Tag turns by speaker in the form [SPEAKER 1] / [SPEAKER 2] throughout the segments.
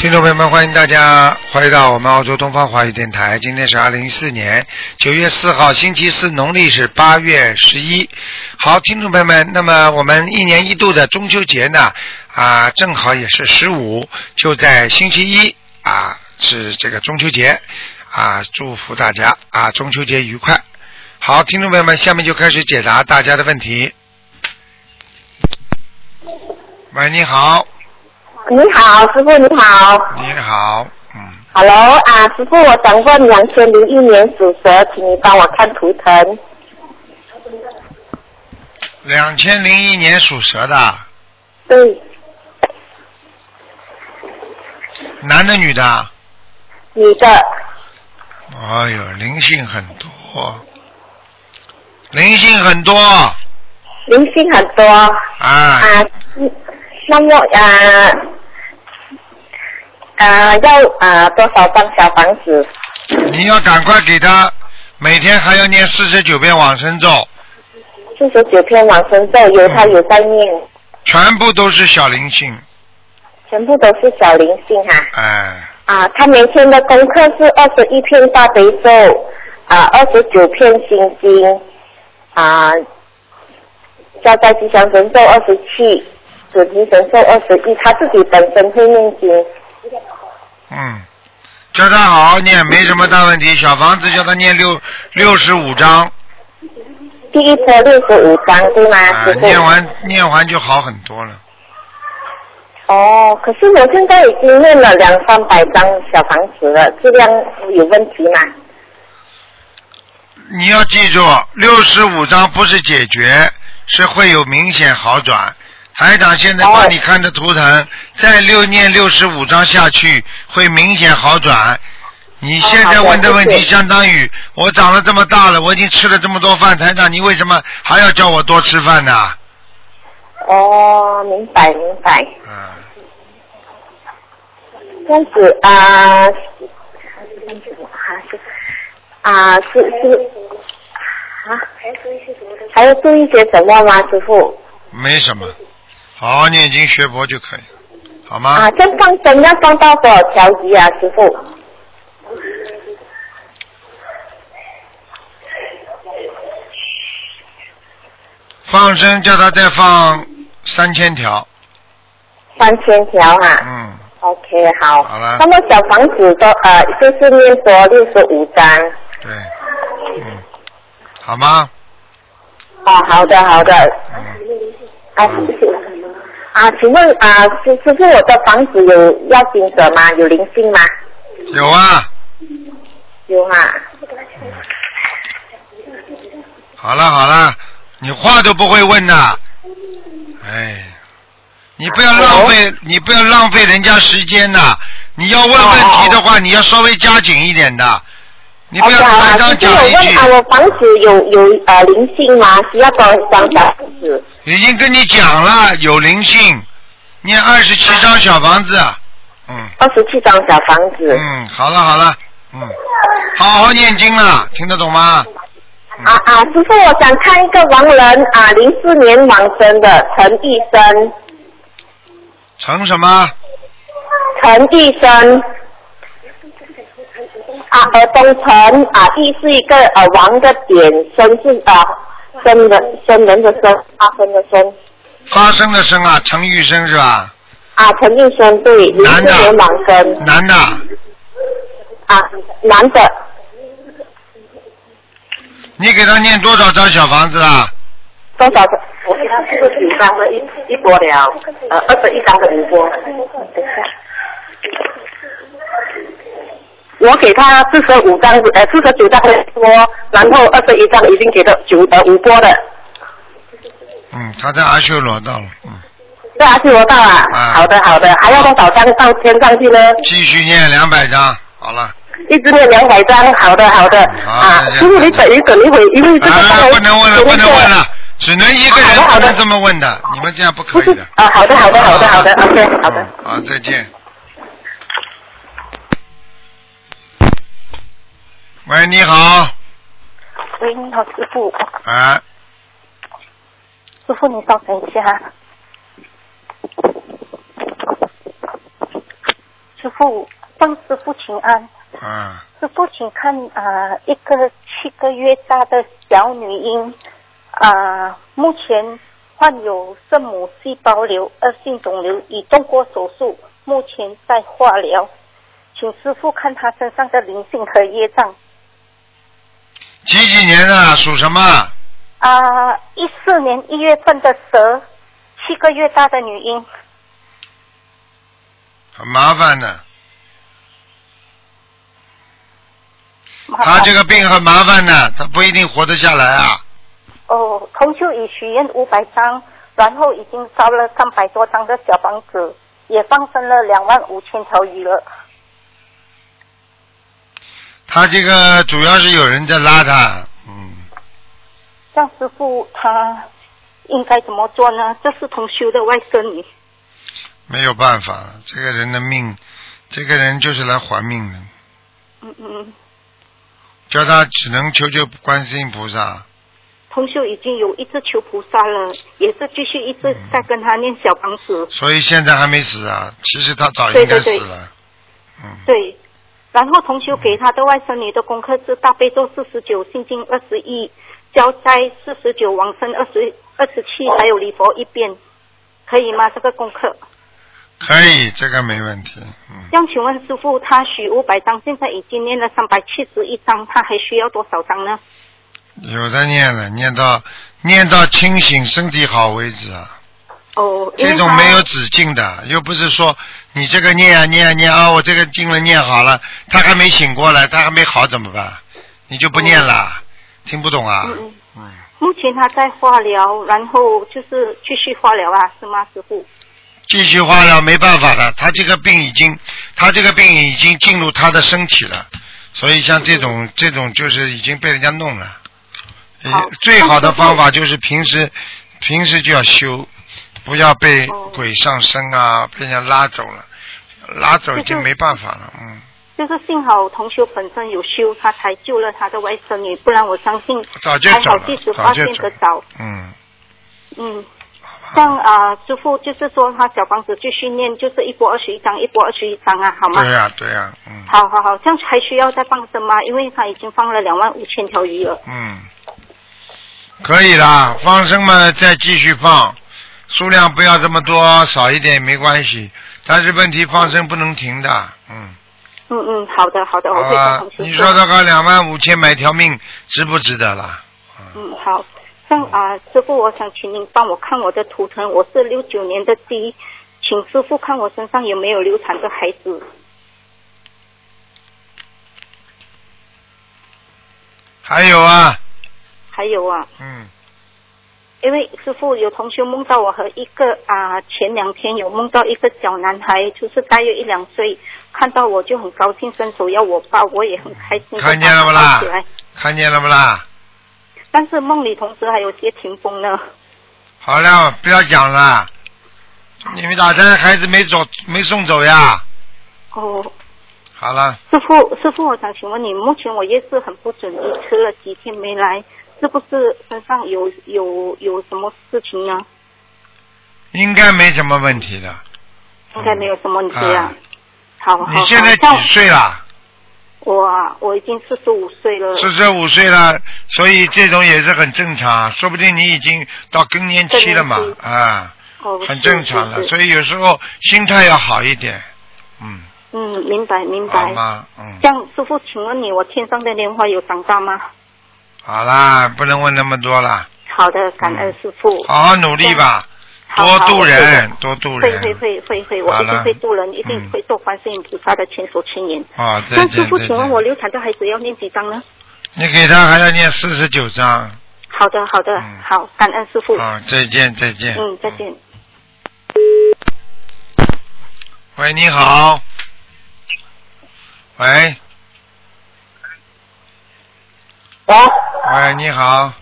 [SPEAKER 1] 朋友们，欢迎大家回到我们澳洲东方华语电台。今天是二零一四年九月四号，星期四，农历是八月十一。好，听众朋友们，那么我们一年一度的中秋节呢，啊，正好也是十五，就在星期一啊，是这个中秋节啊，祝福大家啊，中秋节愉快。好，听众朋友们，下面就开始解答大家的问题。喂，你好，
[SPEAKER 2] 你好，师傅你好。
[SPEAKER 1] 你好，嗯，
[SPEAKER 2] Hello 啊，师傅，我想问两千零一年属蛇，请你帮我看图腾。
[SPEAKER 1] 两千零一年属蛇的。
[SPEAKER 2] 对，
[SPEAKER 1] 男的女的？
[SPEAKER 2] 女的，
[SPEAKER 1] 哎呦，灵性很多，灵性很多
[SPEAKER 2] 灵性很多啊。
[SPEAKER 1] 啊！
[SPEAKER 2] 嗯那么啊啊要啊多少张小房子？
[SPEAKER 1] 你要赶快给他，每天还要念四十九遍往生咒，
[SPEAKER 2] 四十九篇往生咒，有他有在念，
[SPEAKER 1] 全部都是小灵性，
[SPEAKER 2] 全部都是小灵性哈、
[SPEAKER 1] 哎，
[SPEAKER 2] 啊，他每天的功课是二十一片大悲咒，啊，二十九片心经，啊，加在吉祥神咒二十七，准提神咒二十一，他自己本身会念经。
[SPEAKER 1] 嗯，叫他好好念，没什么大问题。小房子叫他念六六十五章，
[SPEAKER 2] 第一波六十五章，对吗，
[SPEAKER 1] 啊
[SPEAKER 2] 师，傅？
[SPEAKER 1] 念完念完就好很多了。
[SPEAKER 2] 哦，可是我现在已经念了两三百张小房子了，质量有问题吗？
[SPEAKER 1] 你要记住，六十五章不是解决，是会有明显好转。台长现在
[SPEAKER 2] 哦
[SPEAKER 1] 帮你看的图腾，再六念六十五章下去，会明显好转。你现在问的问
[SPEAKER 2] 哦好的
[SPEAKER 1] 题
[SPEAKER 2] 谢谢
[SPEAKER 1] 相当于我长了这么大了，我已经吃了这么多饭，台长你为什么还要叫我多吃饭呢？
[SPEAKER 2] 哦，明白明白。
[SPEAKER 1] 嗯，
[SPEAKER 2] 这样子啊，啊是是啊，还要注意些什么吗，师傅？
[SPEAKER 1] 没什么，好好念经学佛就可以了，好吗
[SPEAKER 2] 啊，？这样放生要放到多少条鱼啊，师傅？
[SPEAKER 1] 放生叫他再放三千条，
[SPEAKER 2] 三千条啊。
[SPEAKER 1] 嗯，
[SPEAKER 2] OK，好。
[SPEAKER 1] 好了
[SPEAKER 2] 那么小房子都呃，就是念多六十五章。
[SPEAKER 1] 对，嗯，好吗？
[SPEAKER 2] 哦，好的，好的。
[SPEAKER 1] 嗯。
[SPEAKER 2] 啊，谢谢。啊，请问啊，师师傅，我的房子有要经者吗？有灵性吗？
[SPEAKER 1] 有啊，
[SPEAKER 2] 有啊。
[SPEAKER 1] 好了好了，你话都不会问呐，哎，你不要浪费，你不要浪费人家时间呐。你要问问题的话，你要稍微加紧一点的，你不要台
[SPEAKER 2] 啊，
[SPEAKER 1] 上
[SPEAKER 2] 就
[SPEAKER 1] 讲
[SPEAKER 2] 是
[SPEAKER 1] 一
[SPEAKER 2] 我问啊，我
[SPEAKER 1] 句，
[SPEAKER 2] 房子有有呃灵性吗？需要多少张小房子？
[SPEAKER 1] 已经跟你讲了，有灵性，念二十七张小房子，嗯
[SPEAKER 2] 二十七张小房子。
[SPEAKER 1] 嗯，好了好了，嗯，好好念经了，听得懂吗？
[SPEAKER 2] 啊啊，师傅，我想看一个亡人啊，零四年往生的陈医生，
[SPEAKER 1] 成什么？
[SPEAKER 2] 陈医生。啊，儿东陈啊，义是一个呃王的点，生是啊生人生人的生，发生的生
[SPEAKER 1] 发生的生啊，成玉生是吧？
[SPEAKER 2] 啊，陈医生对，零四
[SPEAKER 1] 男的
[SPEAKER 2] 年往生
[SPEAKER 1] 男的。
[SPEAKER 2] 啊，男的
[SPEAKER 1] 你给他念多少张小房子啊？
[SPEAKER 2] 多少个？
[SPEAKER 3] 我给他四十九张的一一波了，呃，二十一张的五波。我给他四十五张，呃，四十九张的一波，然后二十一张已经给了九呃五波了，
[SPEAKER 1] 嗯，他在阿修罗道了，嗯，
[SPEAKER 3] 这还是我到啊。
[SPEAKER 1] 啊
[SPEAKER 3] 好的好的，还要多少张上天上去呢？
[SPEAKER 1] 继续念两百张，好了。
[SPEAKER 3] 一直念两百张，好的好的。
[SPEAKER 1] 好
[SPEAKER 3] 啊
[SPEAKER 1] 再，见
[SPEAKER 3] 师傅你等一等一会，因为这个
[SPEAKER 1] 啊，不能问了，不能问。了，只能一个人，
[SPEAKER 3] 好的
[SPEAKER 1] 不
[SPEAKER 3] 好的
[SPEAKER 1] 能这么问的，你们这样不
[SPEAKER 3] 不
[SPEAKER 1] 可
[SPEAKER 3] 是
[SPEAKER 1] 以的。
[SPEAKER 3] 啊，好的好的好的好的，OK 好的。
[SPEAKER 1] 嗯好，再见。喂，你好，
[SPEAKER 4] 喂，你好，师傅，
[SPEAKER 1] 啊，
[SPEAKER 4] 师傅你稍等一下。师傅，帮师傅请安。
[SPEAKER 1] 啊，
[SPEAKER 4] 师傅，请看啊、呃一个七个月大的小女婴啊、呃目前患有圣母细胞瘤恶性肿瘤，已动过手术，目前在化疗。请师傅看她身上的灵性和业障
[SPEAKER 1] 几几年的属什么？
[SPEAKER 4] 啊，一、四年一月份的蛇，七个月大的女婴，
[SPEAKER 1] 很麻烦的，
[SPEAKER 4] 麻
[SPEAKER 1] 他
[SPEAKER 4] 烦
[SPEAKER 1] 这个病很麻烦的，他不一定活得下来啊。
[SPEAKER 4] 哦，同修已许愿五百张，然后已经烧了三百多张的小房子，也放生了两万五千条鱼了。
[SPEAKER 1] 他这个主要是有人在拉他，嗯，
[SPEAKER 4] 这样师傅他应该怎么做呢？这是同修的外甥女。
[SPEAKER 1] 没有办法，这个人的命，这个人就是来还命的，
[SPEAKER 4] 嗯嗯，嗯，
[SPEAKER 1] 叫他只能求求观世音菩萨。
[SPEAKER 4] 同修已经有一直求菩萨了，也是继续一直在跟他念小房子。
[SPEAKER 1] 所以现在还没死啊，其实他早应该死了。嗯，
[SPEAKER 4] 对，然后同修给他的外甥女的功课是大悲咒四十九，心经二十一，消灾四十九，往生二十二十七，还有礼佛一遍，可以吗？这个功课。
[SPEAKER 1] 可以，这个没问题。嗯，
[SPEAKER 4] 这样请问师傅，他许五百张，现在已经念了三百七十一张，他还需要多少张呢？
[SPEAKER 1] 有的念了，念到念到清醒、身体好为止啊。
[SPEAKER 4] 哦，因为
[SPEAKER 1] 这种
[SPEAKER 4] 他
[SPEAKER 1] 没有止境的，又不是说你这个念啊念啊念啊，我这个经文念好了，他还没醒过来，他还没好怎么办？你就不念了？听不懂啊？
[SPEAKER 4] 嗯
[SPEAKER 1] 嗯，
[SPEAKER 4] 目前他在化疗，然后就是继续化疗啊，是吗，师傅？
[SPEAKER 1] 继续化疗没办法了，他这个病已经，他这个病已经进入他的身体了，所以像这种这种就是已经被人家弄了。呃
[SPEAKER 4] 嗯好
[SPEAKER 1] 最好的方法就是平 时平时就要修，不要被
[SPEAKER 4] 哦
[SPEAKER 1] 鬼上身啊，被人家拉走了，拉走已经
[SPEAKER 4] 就是
[SPEAKER 1] 没办法了，嗯。
[SPEAKER 4] 就是幸好同修本身有修，他才救了他的外甥女，不然我相信
[SPEAKER 1] 早就
[SPEAKER 4] 还
[SPEAKER 1] 走
[SPEAKER 4] 好
[SPEAKER 1] 了
[SPEAKER 4] 及时，
[SPEAKER 1] 早
[SPEAKER 4] 发
[SPEAKER 1] 就
[SPEAKER 4] 现
[SPEAKER 1] 走
[SPEAKER 4] 得
[SPEAKER 1] 了。
[SPEAKER 4] 早。
[SPEAKER 1] 嗯，
[SPEAKER 4] 嗯，像啊、呃师傅就是说他小房子继续念，就是一波二十一张，一波二十一张啊，好吗？
[SPEAKER 1] 对呀、对呀、嗯
[SPEAKER 4] 好好好，这样还需要再放生吗？因为他已经放了两万五千条鱼了。
[SPEAKER 1] 嗯，可以啦，放生嘛，再继续放，数量不要这么多，少一点也没关系，但是问题放生不能停的，嗯，
[SPEAKER 4] 嗯嗯，好的好的，
[SPEAKER 1] 好
[SPEAKER 4] 我会
[SPEAKER 1] 吧
[SPEAKER 4] 跟同，修
[SPEAKER 1] 啊你说哦这个两万五千买条命值不值得啦？
[SPEAKER 4] 嗯，好。像啊、师傅，我想请您帮我看我的图腾，我是六九年的鸡，请师傅看我身上有没有流产的孩子。
[SPEAKER 1] 还有啊，
[SPEAKER 4] 还有啊，
[SPEAKER 1] 嗯，
[SPEAKER 4] 因为师傅有同学梦到我和一个啊、前两天有梦到一个小男孩，就是大约一两岁，看到我就很高兴，伸手要我抱，我也很开心。
[SPEAKER 1] 看见了不啦
[SPEAKER 4] 起来，
[SPEAKER 1] 看见了不啦？
[SPEAKER 4] 但是梦里同时还有些停风呢。
[SPEAKER 1] 好了，不要讲了，你们打胎孩子没走，没送走呀？
[SPEAKER 4] 哦，
[SPEAKER 1] 好了，
[SPEAKER 4] 师傅，师傅，我想请问你，目前我夜市很不准时，吃了几天没来，是不是身上有有有什么事情呢？
[SPEAKER 1] 应该没什么问题的。
[SPEAKER 4] 应该没有什么问题
[SPEAKER 1] 啊
[SPEAKER 4] 啊。好好好，
[SPEAKER 1] 你现在
[SPEAKER 4] 像
[SPEAKER 1] 几岁啦？
[SPEAKER 4] 我啊，我已经四十五岁了。
[SPEAKER 1] 四十五岁了，所以这种也是很正常，说不定你已经到更年期了嘛
[SPEAKER 4] 更年，期
[SPEAKER 1] 啊，
[SPEAKER 4] 哦，
[SPEAKER 1] 很正常了。
[SPEAKER 4] 是是是
[SPEAKER 1] 所以有时候心态要好一点，嗯，
[SPEAKER 4] 嗯，明白明
[SPEAKER 1] 好
[SPEAKER 4] 白。
[SPEAKER 1] 吗？嗯，
[SPEAKER 4] 这样，师傅，请问你，我天上的莲花有长大吗？
[SPEAKER 1] 好啦，不能问那么多啦，
[SPEAKER 4] 好的，感恩师傅。
[SPEAKER 1] 好好努力吧，嗯
[SPEAKER 4] 好
[SPEAKER 1] 多
[SPEAKER 4] 好
[SPEAKER 1] 度
[SPEAKER 4] 我会的
[SPEAKER 1] 人，多度
[SPEAKER 4] 会会
[SPEAKER 1] 人。
[SPEAKER 4] 会会会，
[SPEAKER 1] 好
[SPEAKER 4] 我一
[SPEAKER 1] 了
[SPEAKER 4] 定会度人，一定
[SPEAKER 1] 嗯
[SPEAKER 4] 会做观世音菩萨的千手千眼。
[SPEAKER 1] 啊，再
[SPEAKER 4] 那
[SPEAKER 1] 见
[SPEAKER 4] 师傅，
[SPEAKER 1] 再
[SPEAKER 4] 请问我
[SPEAKER 1] 见。
[SPEAKER 4] 流产的孩子要念几张呢？
[SPEAKER 1] 你给他还要念四十九章，
[SPEAKER 4] 好的，好的
[SPEAKER 1] 嗯，
[SPEAKER 4] 好，感恩师傅。
[SPEAKER 1] 啊，再见再见。
[SPEAKER 4] 嗯，再见。
[SPEAKER 1] 喂，你好。喂
[SPEAKER 3] 喂
[SPEAKER 1] 喂，你好，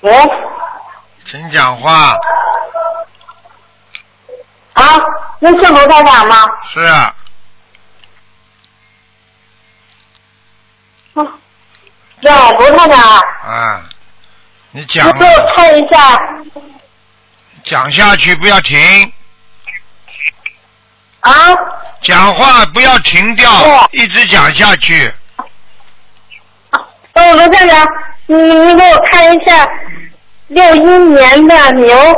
[SPEAKER 3] 喂
[SPEAKER 1] 请讲话。
[SPEAKER 3] 啊，那是罗台长吗？
[SPEAKER 1] 是啊。
[SPEAKER 4] 哦
[SPEAKER 3] 对，罗台长，
[SPEAKER 1] 啊，你
[SPEAKER 3] 你
[SPEAKER 1] 讲
[SPEAKER 3] 给我看一下，
[SPEAKER 1] 讲下去，不要停。
[SPEAKER 2] 啊，
[SPEAKER 1] 讲话不要停掉
[SPEAKER 2] 哦，
[SPEAKER 1] 一直讲下去。
[SPEAKER 2] 哦，罗站长，你你给我看一下六一年的牛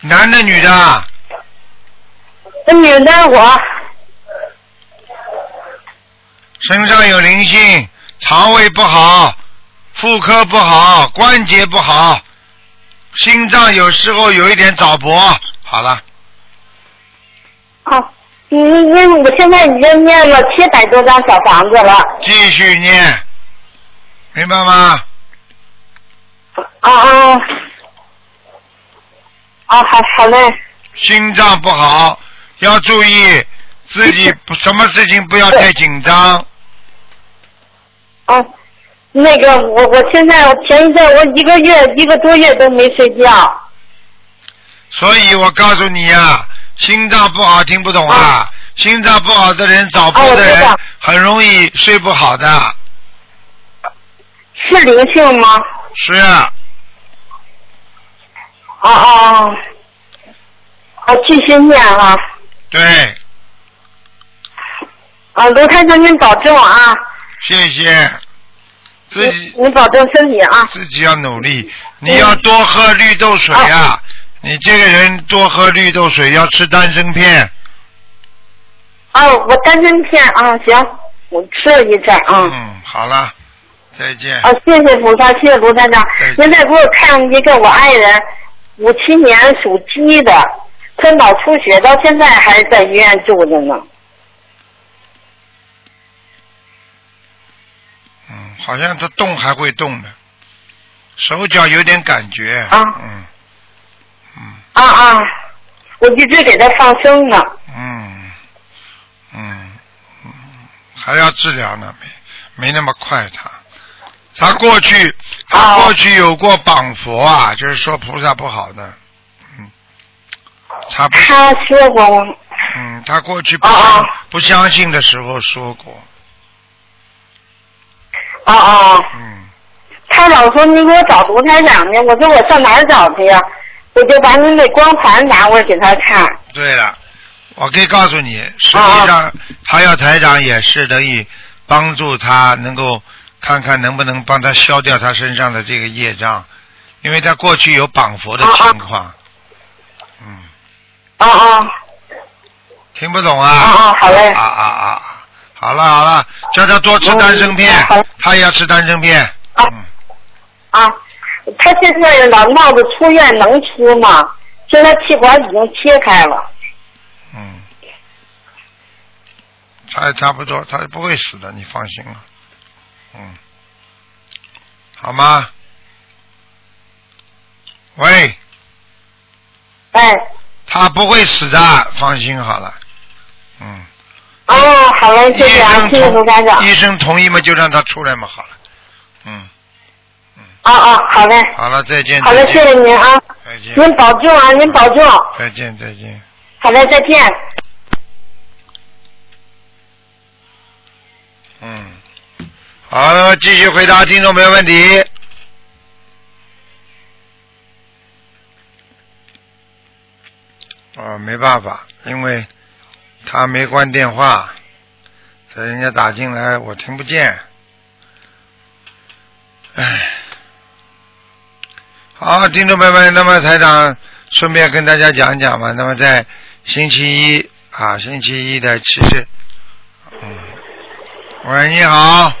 [SPEAKER 1] 男的女的啊？
[SPEAKER 2] 女的我，
[SPEAKER 1] 身上有灵性，肠胃不好，妇科不好，关节不好，心脏有时候有一点早搏。好了，
[SPEAKER 2] 哦，你你我现在已经念了七百多张小房子了，
[SPEAKER 1] 继续念，明白吗？
[SPEAKER 2] 啊啊，啊好好嘞，
[SPEAKER 1] 心脏不好，要注意自己不什么事情不要太紧张。
[SPEAKER 2] 哦、那个我我现在我前一阵我一个月一个多月都没睡觉，啊
[SPEAKER 1] 所以我告诉你呀、啊，心脏不好听不懂啊，心脏不好的人，早搏的
[SPEAKER 2] 啊我知
[SPEAKER 1] 人
[SPEAKER 2] 道
[SPEAKER 1] 很容易睡不好的。
[SPEAKER 2] 是灵性吗？
[SPEAKER 1] 是，
[SPEAKER 2] 啊啊，啊继续念啊。
[SPEAKER 1] 对，
[SPEAKER 2] 啊，卢太长，您保重啊，
[SPEAKER 1] 谢谢。自己
[SPEAKER 2] 您您保重身体啊。
[SPEAKER 1] 自己要努力，你要多喝绿豆水啊！你这个人多喝绿豆水，要吃丹参片。
[SPEAKER 2] 哦，我丹参片啊，行，我吃了一阵啊。
[SPEAKER 1] 嗯，好了，再见。
[SPEAKER 2] 啊，谢谢菩萨，谢谢卢太长
[SPEAKER 1] 哎。
[SPEAKER 2] 您再给我看一个我爱人，五七年属鸡的，他脑出血，到现在还是在医院住着呢。
[SPEAKER 1] 嗯，好像他动还会动的，手脚有点感觉。
[SPEAKER 2] 啊
[SPEAKER 1] 嗯，嗯
[SPEAKER 2] 啊啊，我一直给他放生呢。
[SPEAKER 1] 嗯嗯嗯，还要治疗呢，没没那么快他。他过去，他
[SPEAKER 2] 哦
[SPEAKER 1] 过去有过绑佛啊，就是说菩萨不好的，嗯，他不
[SPEAKER 2] 他说过吗？
[SPEAKER 1] 嗯，他过去不、
[SPEAKER 2] 哦哦
[SPEAKER 1] 不相信的时候说过，
[SPEAKER 2] 啊啊，
[SPEAKER 1] 嗯，
[SPEAKER 2] 他老说你给我找卢台长去，我说我上哪儿找去呀？我就把您那光盘拿过来给他看。
[SPEAKER 1] 对了，我可以告诉你，实际上他要台长也是等于帮助他能够看看能不能帮他消掉他身上的这个业障，因为他过去有绑佛的
[SPEAKER 2] 哦哦
[SPEAKER 1] 情况，嗯，
[SPEAKER 2] 啊啊
[SPEAKER 1] 听不懂
[SPEAKER 2] 啊
[SPEAKER 1] 啊？
[SPEAKER 2] 啊，好嘞
[SPEAKER 1] 啊。啊啊啊！好了好了，叫他多吃丹参片
[SPEAKER 2] 嗯好，
[SPEAKER 1] 他也要吃丹参片，
[SPEAKER 2] 哦
[SPEAKER 1] 嗯。
[SPEAKER 2] 啊，他现在老闹着出院能出吗？现在气管已经切开了。
[SPEAKER 1] 嗯，他也差不多，他不会死的，你放心了。嗯，好吗？喂，
[SPEAKER 2] 哎，
[SPEAKER 1] 他不会死的，放心好了。嗯，
[SPEAKER 2] 哦，好嘞，谢谢啊，
[SPEAKER 1] 医
[SPEAKER 2] 谢谢
[SPEAKER 1] 生
[SPEAKER 2] 卢家长
[SPEAKER 1] 同。医生同意嘛，就让他出来嘛，好了。嗯，
[SPEAKER 2] 啊啊，好嘞，
[SPEAKER 1] 好了，再见。
[SPEAKER 2] 好嘞
[SPEAKER 1] 再，
[SPEAKER 2] 谢
[SPEAKER 1] 见
[SPEAKER 2] 谢您啊，
[SPEAKER 1] 再见，
[SPEAKER 2] 您保重啊，您保重。
[SPEAKER 1] 再见，再见。
[SPEAKER 2] 好嘞，再见。
[SPEAKER 1] 嗯，好，那么继续回答听众朋友问题。啊、没办法，因为他没关电话，所以人家打进来我听不见。唉，好，听众朋友们，那么台长顺便跟大家讲一讲吧。那么在星期一啊，星期一的其实，嗯，喂，你好，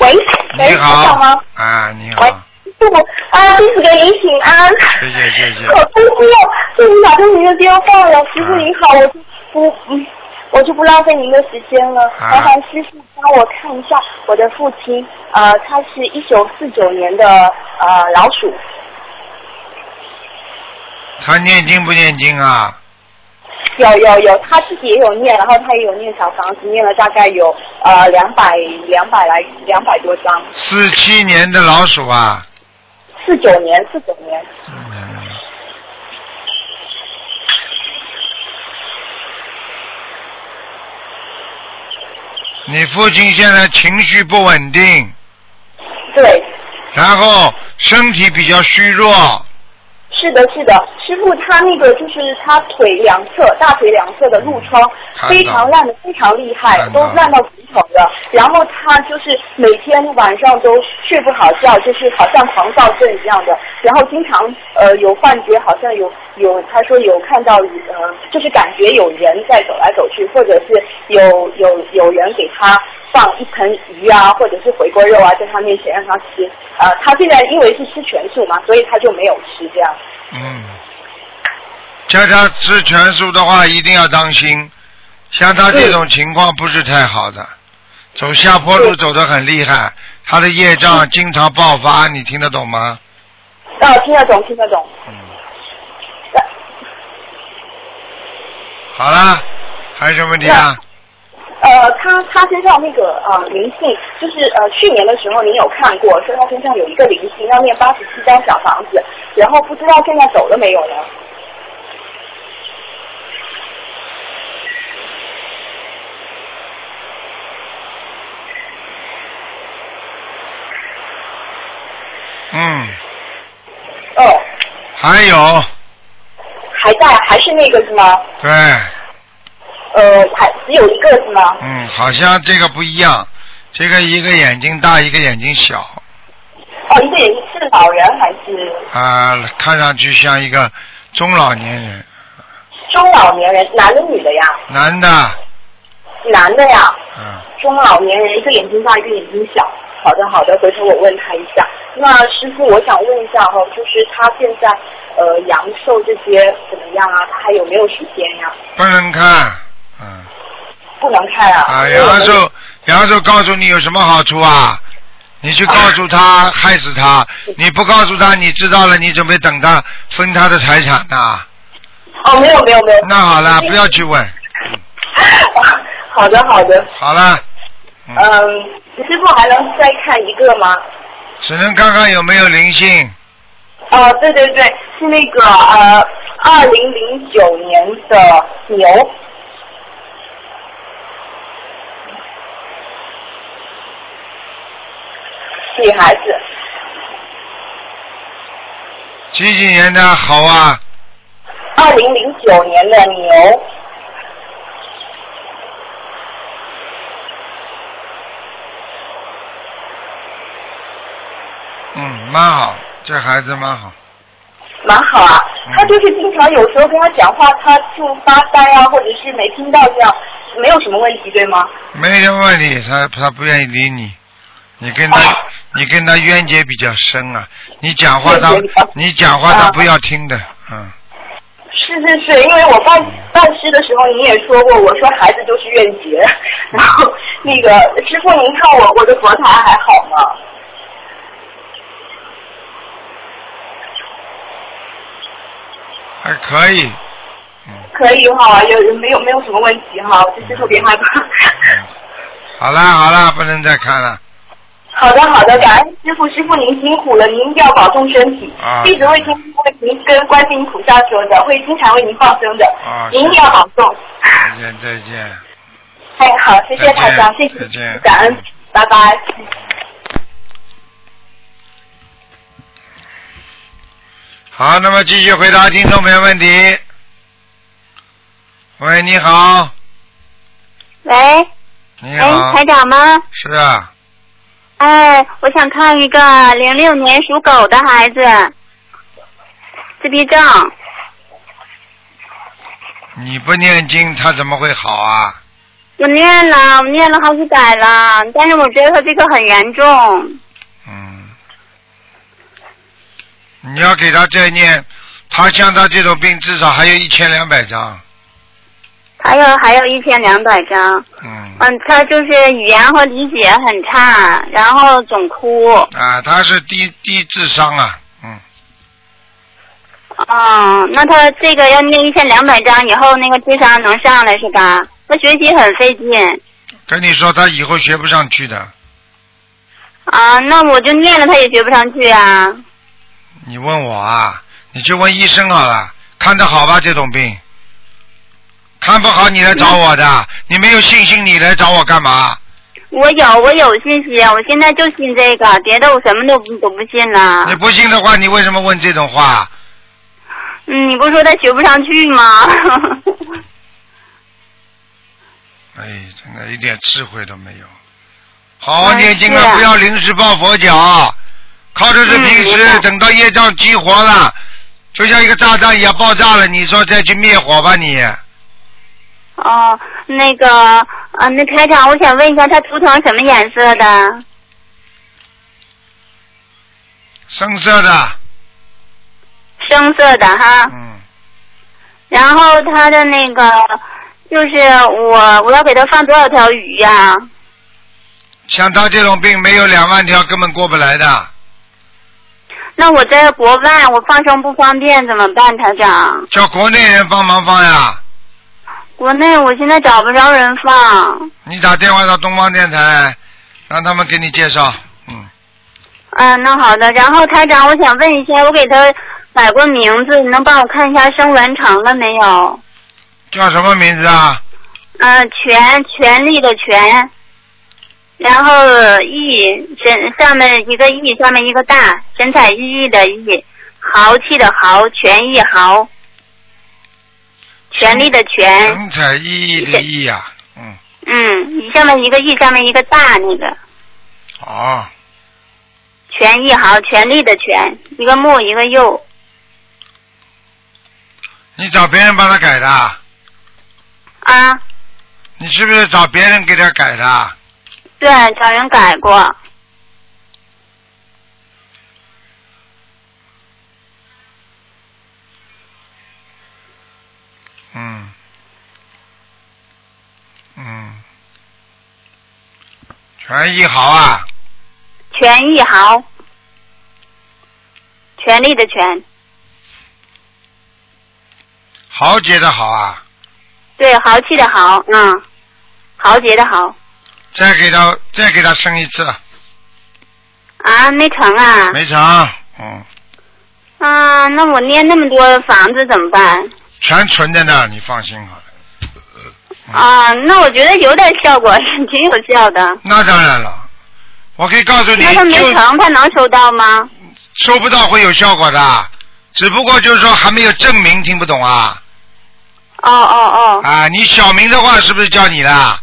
[SPEAKER 5] 喂，喂，
[SPEAKER 1] 你
[SPEAKER 5] 台
[SPEAKER 1] 好
[SPEAKER 5] 长吗？，
[SPEAKER 1] 啊，你
[SPEAKER 5] 喂
[SPEAKER 1] 好，，
[SPEAKER 5] 父母啊，弟子给您请安。
[SPEAKER 1] 谢谢谢谢，
[SPEAKER 5] 我不知道，弟子打通您的电话了，师傅您好，我就不嗯，我就不浪费您的时间了，
[SPEAKER 1] 啊
[SPEAKER 5] 麻烦师傅帮我看一下我的父亲，呃，他是一九四九年的呃老鼠，
[SPEAKER 1] 他念经不念经啊？
[SPEAKER 5] 有有有，他自己也有念，然后他也有念小房子，念了大概有呃两百两百来两百多张，
[SPEAKER 1] 四七年的老鼠啊，
[SPEAKER 5] 四九年四九年，
[SPEAKER 1] 嗯，你父亲现在情绪不稳定，
[SPEAKER 5] 对，
[SPEAKER 1] 然后身体比较虚弱，
[SPEAKER 2] 是的，是的，师傅他那个就是他腿两侧大腿两侧的褥疮
[SPEAKER 1] 看到
[SPEAKER 2] 非常烂的非常厉害，
[SPEAKER 1] 看
[SPEAKER 2] 都
[SPEAKER 1] 到
[SPEAKER 2] 烂到骨头了。然后他就是每天晚上都睡不好觉，就是好像狂躁症一样的，然后经常呃有幻觉，好像有有他说有看到呃就是感觉有人在走来走去，或者是有有有人给他放一盆鱼啊，或者是回锅肉啊在他面前让他吃。呃，他现在因为是吃全素嘛，所以他就没有吃这样。
[SPEAKER 1] 嗯，叫他吃全素的话，一定要当心。像他这种情况不是太好的，走下坡路走得很厉害，他的业障经常爆发，你听得懂吗？
[SPEAKER 2] 啊，听得懂，听得懂。
[SPEAKER 1] 嗯。好啦，还有什么问题啊？
[SPEAKER 2] 呃，他他身上那个呃灵性，就是呃去年的时候您有看过，说他身上有一个灵性，要念八十七张小房子，然后不知道现在走了没有呢？
[SPEAKER 1] 嗯，
[SPEAKER 2] 哦，
[SPEAKER 1] 还有，
[SPEAKER 2] 还在，还是那个是吗？
[SPEAKER 1] 对，
[SPEAKER 2] 呃，还只有一个是吗？
[SPEAKER 1] 嗯，好像这个不一样，这个一个眼睛大，一个眼睛小。
[SPEAKER 2] 哦，一个也是老人还是
[SPEAKER 1] 啊、看上去像一个中老年人，
[SPEAKER 2] 中老年人？男的女的呀？
[SPEAKER 1] 男的，
[SPEAKER 2] 男的呀？
[SPEAKER 1] 嗯，
[SPEAKER 2] 中老年人，一个眼睛大，一个眼睛小。好的，好的，回头我问他一下。那师傅，我想问一下哈、就是他现在呃阳寿这些怎么样啊？他还有没有时间呀、
[SPEAKER 1] 不能看，嗯，
[SPEAKER 2] 不能看啊。
[SPEAKER 1] 啊，
[SPEAKER 2] 因为我
[SPEAKER 1] 杨
[SPEAKER 2] 们
[SPEAKER 1] 寿，杨寿告诉你有什么好处啊？你去告诉他，害死他，你不告诉他，你知道了，你准备等他分他的财产呐、
[SPEAKER 2] 哦，没有没有没有。
[SPEAKER 1] 那好了，不要去问，
[SPEAKER 2] 好的好的，
[SPEAKER 1] 好了，嗯，
[SPEAKER 2] 嗯，师傅还能再看一个吗？
[SPEAKER 1] 只能看看有没有灵性，
[SPEAKER 2] 哦，对对对，是那个呃，二零零九年的牛。女孩子，
[SPEAKER 1] 几几年的好啊？
[SPEAKER 2] 二零零九年的牛，
[SPEAKER 1] 嗯，蛮好，这孩子蛮好，
[SPEAKER 2] 蛮好啊。她就是经常有时候跟她讲话，她就发呆啊，或者是没听到这样，没有什么问题，对吗？
[SPEAKER 1] 没什么问题，他他不愿意理你，你跟他、
[SPEAKER 2] 啊
[SPEAKER 1] 你跟他冤结比较深啊，你讲话他
[SPEAKER 2] 冤结比较
[SPEAKER 1] 你讲话他
[SPEAKER 2] 啊
[SPEAKER 1] 不要听的，嗯。
[SPEAKER 2] 是是是，因为我拜拜师的时候你也说过，我说孩子就是怨结，然 后那个师傅您看我我的佛台还好吗？
[SPEAKER 1] 还可以，嗯，
[SPEAKER 2] 可以哈，有有没有没有什么问题哈，我就是特别害怕。
[SPEAKER 1] 嗯好啦好啦，不能再看了。
[SPEAKER 2] 好的好的，感恩师傅，师傅您辛苦了，您一定要保重身体。
[SPEAKER 1] 啊
[SPEAKER 2] 弟子会经常为您跟观世音菩萨说的，会经常为您放生的。
[SPEAKER 1] 啊
[SPEAKER 2] 您一定要保重。
[SPEAKER 1] 再见再见。
[SPEAKER 2] 哎，好，谢谢
[SPEAKER 1] 再见
[SPEAKER 2] 台长，谢
[SPEAKER 1] 再见
[SPEAKER 2] 谢，感恩，拜拜。
[SPEAKER 1] 好，那么继续回答听众朋友问题。喂，你好，
[SPEAKER 6] 喂，
[SPEAKER 1] 你
[SPEAKER 6] 喂，
[SPEAKER 1] 好，
[SPEAKER 6] 哎台长吗？
[SPEAKER 1] 是啊，
[SPEAKER 6] 哎，我想看一个零六年属狗的孩子，自闭症。
[SPEAKER 1] 你不念经，他怎么会好啊？
[SPEAKER 6] 我念了，我念了好几载了，但是我觉得他这个很严重。
[SPEAKER 1] 嗯，你要给他再念，他像他这种病，至少还有一千两百张。
[SPEAKER 6] 还有还有一千两百张，
[SPEAKER 1] 嗯，
[SPEAKER 6] 嗯，他就是语言和理解很差，然后总哭，
[SPEAKER 1] 啊，他是低低智商啊，嗯，
[SPEAKER 6] 嗯，那他这个要念一千两百张以后，那个智商能上来是吧？他学习很费劲
[SPEAKER 1] 跟你说，他以后学不上去的。
[SPEAKER 6] 啊，那我就念了，他也学不上去啊。
[SPEAKER 1] 你问我啊？你去问医生好了，看得好吧这种病，看不好你来找我的，你没有信心你来找我干嘛？
[SPEAKER 6] 我有，我有信心，我现在就信这个，别的我什么都不都不信了
[SPEAKER 1] 你。不信的话，你为什么问这种话？
[SPEAKER 6] 嗯，你不是说他学不上去吗？
[SPEAKER 1] 哎，真的一点智慧都没有。好好
[SPEAKER 6] 嗯
[SPEAKER 1] 念经
[SPEAKER 6] 是
[SPEAKER 1] 啊，
[SPEAKER 6] 啊
[SPEAKER 1] 不要临时抱佛脚，靠的是平时、等到业障激活了，就像一个炸弹一样爆炸了，你说再去灭火吧你。
[SPEAKER 6] 哦，那个啊，那台长，我想问一下，他图腾什么颜色的？
[SPEAKER 1] 深色的，
[SPEAKER 6] 深色的哈。
[SPEAKER 1] 嗯，
[SPEAKER 6] 然后他的那个就是我我要给他放多少条鱼呀、
[SPEAKER 1] 像他这种病没有两万条根本过不来的，
[SPEAKER 6] 那我在国外我放生不方便怎么办，台长？
[SPEAKER 1] 叫国内人帮忙放呀。
[SPEAKER 6] 国内我现在找不着人放。
[SPEAKER 1] 你打电话到东方电台，让他们给你介绍。嗯，
[SPEAKER 6] 嗯、那好的。然后台长，我想问一下，我给他改过名字，你能帮我看一下生完成了没有？
[SPEAKER 1] 叫什么名字啊？
[SPEAKER 6] 嗯、权权力的权，然后义神上面一个义，上面一个大，神采奕奕的奕，豪气的豪，权义豪，权力的权，
[SPEAKER 1] 神采奕奕的奕呀、嗯，
[SPEAKER 6] 嗯，一上面一个义，上面一个大那个。
[SPEAKER 1] 哦，
[SPEAKER 6] 权益豪，权力的权，一个木，一个右。
[SPEAKER 1] 你找别人帮他改的啊？
[SPEAKER 6] 啊，
[SPEAKER 1] 你是不是找别人给他改的啊？
[SPEAKER 6] 对，找人改过。
[SPEAKER 1] 嗯，嗯，全一豪啊，
[SPEAKER 6] 权益豪，权力的权，
[SPEAKER 1] 豪杰的豪啊，
[SPEAKER 6] 对，豪气的豪，嗯，豪杰的豪。
[SPEAKER 1] 再给他再给他生一次，
[SPEAKER 6] 啊，没成啊。
[SPEAKER 1] 没成，嗯，
[SPEAKER 6] 啊，那我念那么多房子怎么办？
[SPEAKER 1] 全存在那儿，你放心好了。嗯
[SPEAKER 6] 啊，那我觉得有点效果， 挺有效的。
[SPEAKER 1] 那当然了，我可以告诉你，
[SPEAKER 6] 那他没
[SPEAKER 1] 就
[SPEAKER 6] 成，他能收到吗？
[SPEAKER 1] 收不到会有效果的，只不过就是说还没有证明，听不懂啊？
[SPEAKER 6] 哦哦哦，
[SPEAKER 1] 啊，你小明的话是不是叫你啦？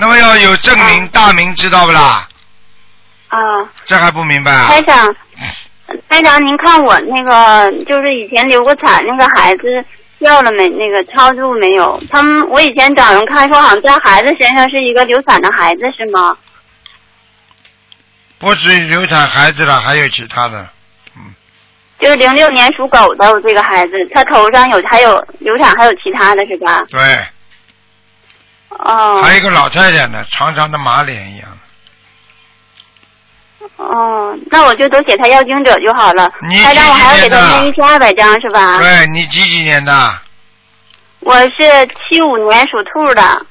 [SPEAKER 1] 那么要有证明，大明知道不啦？
[SPEAKER 6] 啊。
[SPEAKER 1] 这还不明白啊？嗯
[SPEAKER 6] 台长，台长，您看我那个就是以前流过产那个孩子掉了没？那个超度没有？他们我以前找人看说好像在孩子身上是一个流产的孩子是吗？
[SPEAKER 1] 不止流产孩子了，还有其他的。
[SPEAKER 6] 就是零六年属狗的我这个孩子，他头上有还有流产还有其他的是吧？
[SPEAKER 1] 对，
[SPEAKER 6] 哦
[SPEAKER 1] 还有一个老太太呢，长长的马脸一样。
[SPEAKER 6] 哦，那我就都写他要经者就好了。
[SPEAKER 1] 你
[SPEAKER 6] 台长，我还要给他
[SPEAKER 1] 几几年的
[SPEAKER 6] 念一千二百张是吧？
[SPEAKER 1] 对你几几年的？
[SPEAKER 6] 我是七五年属兔的，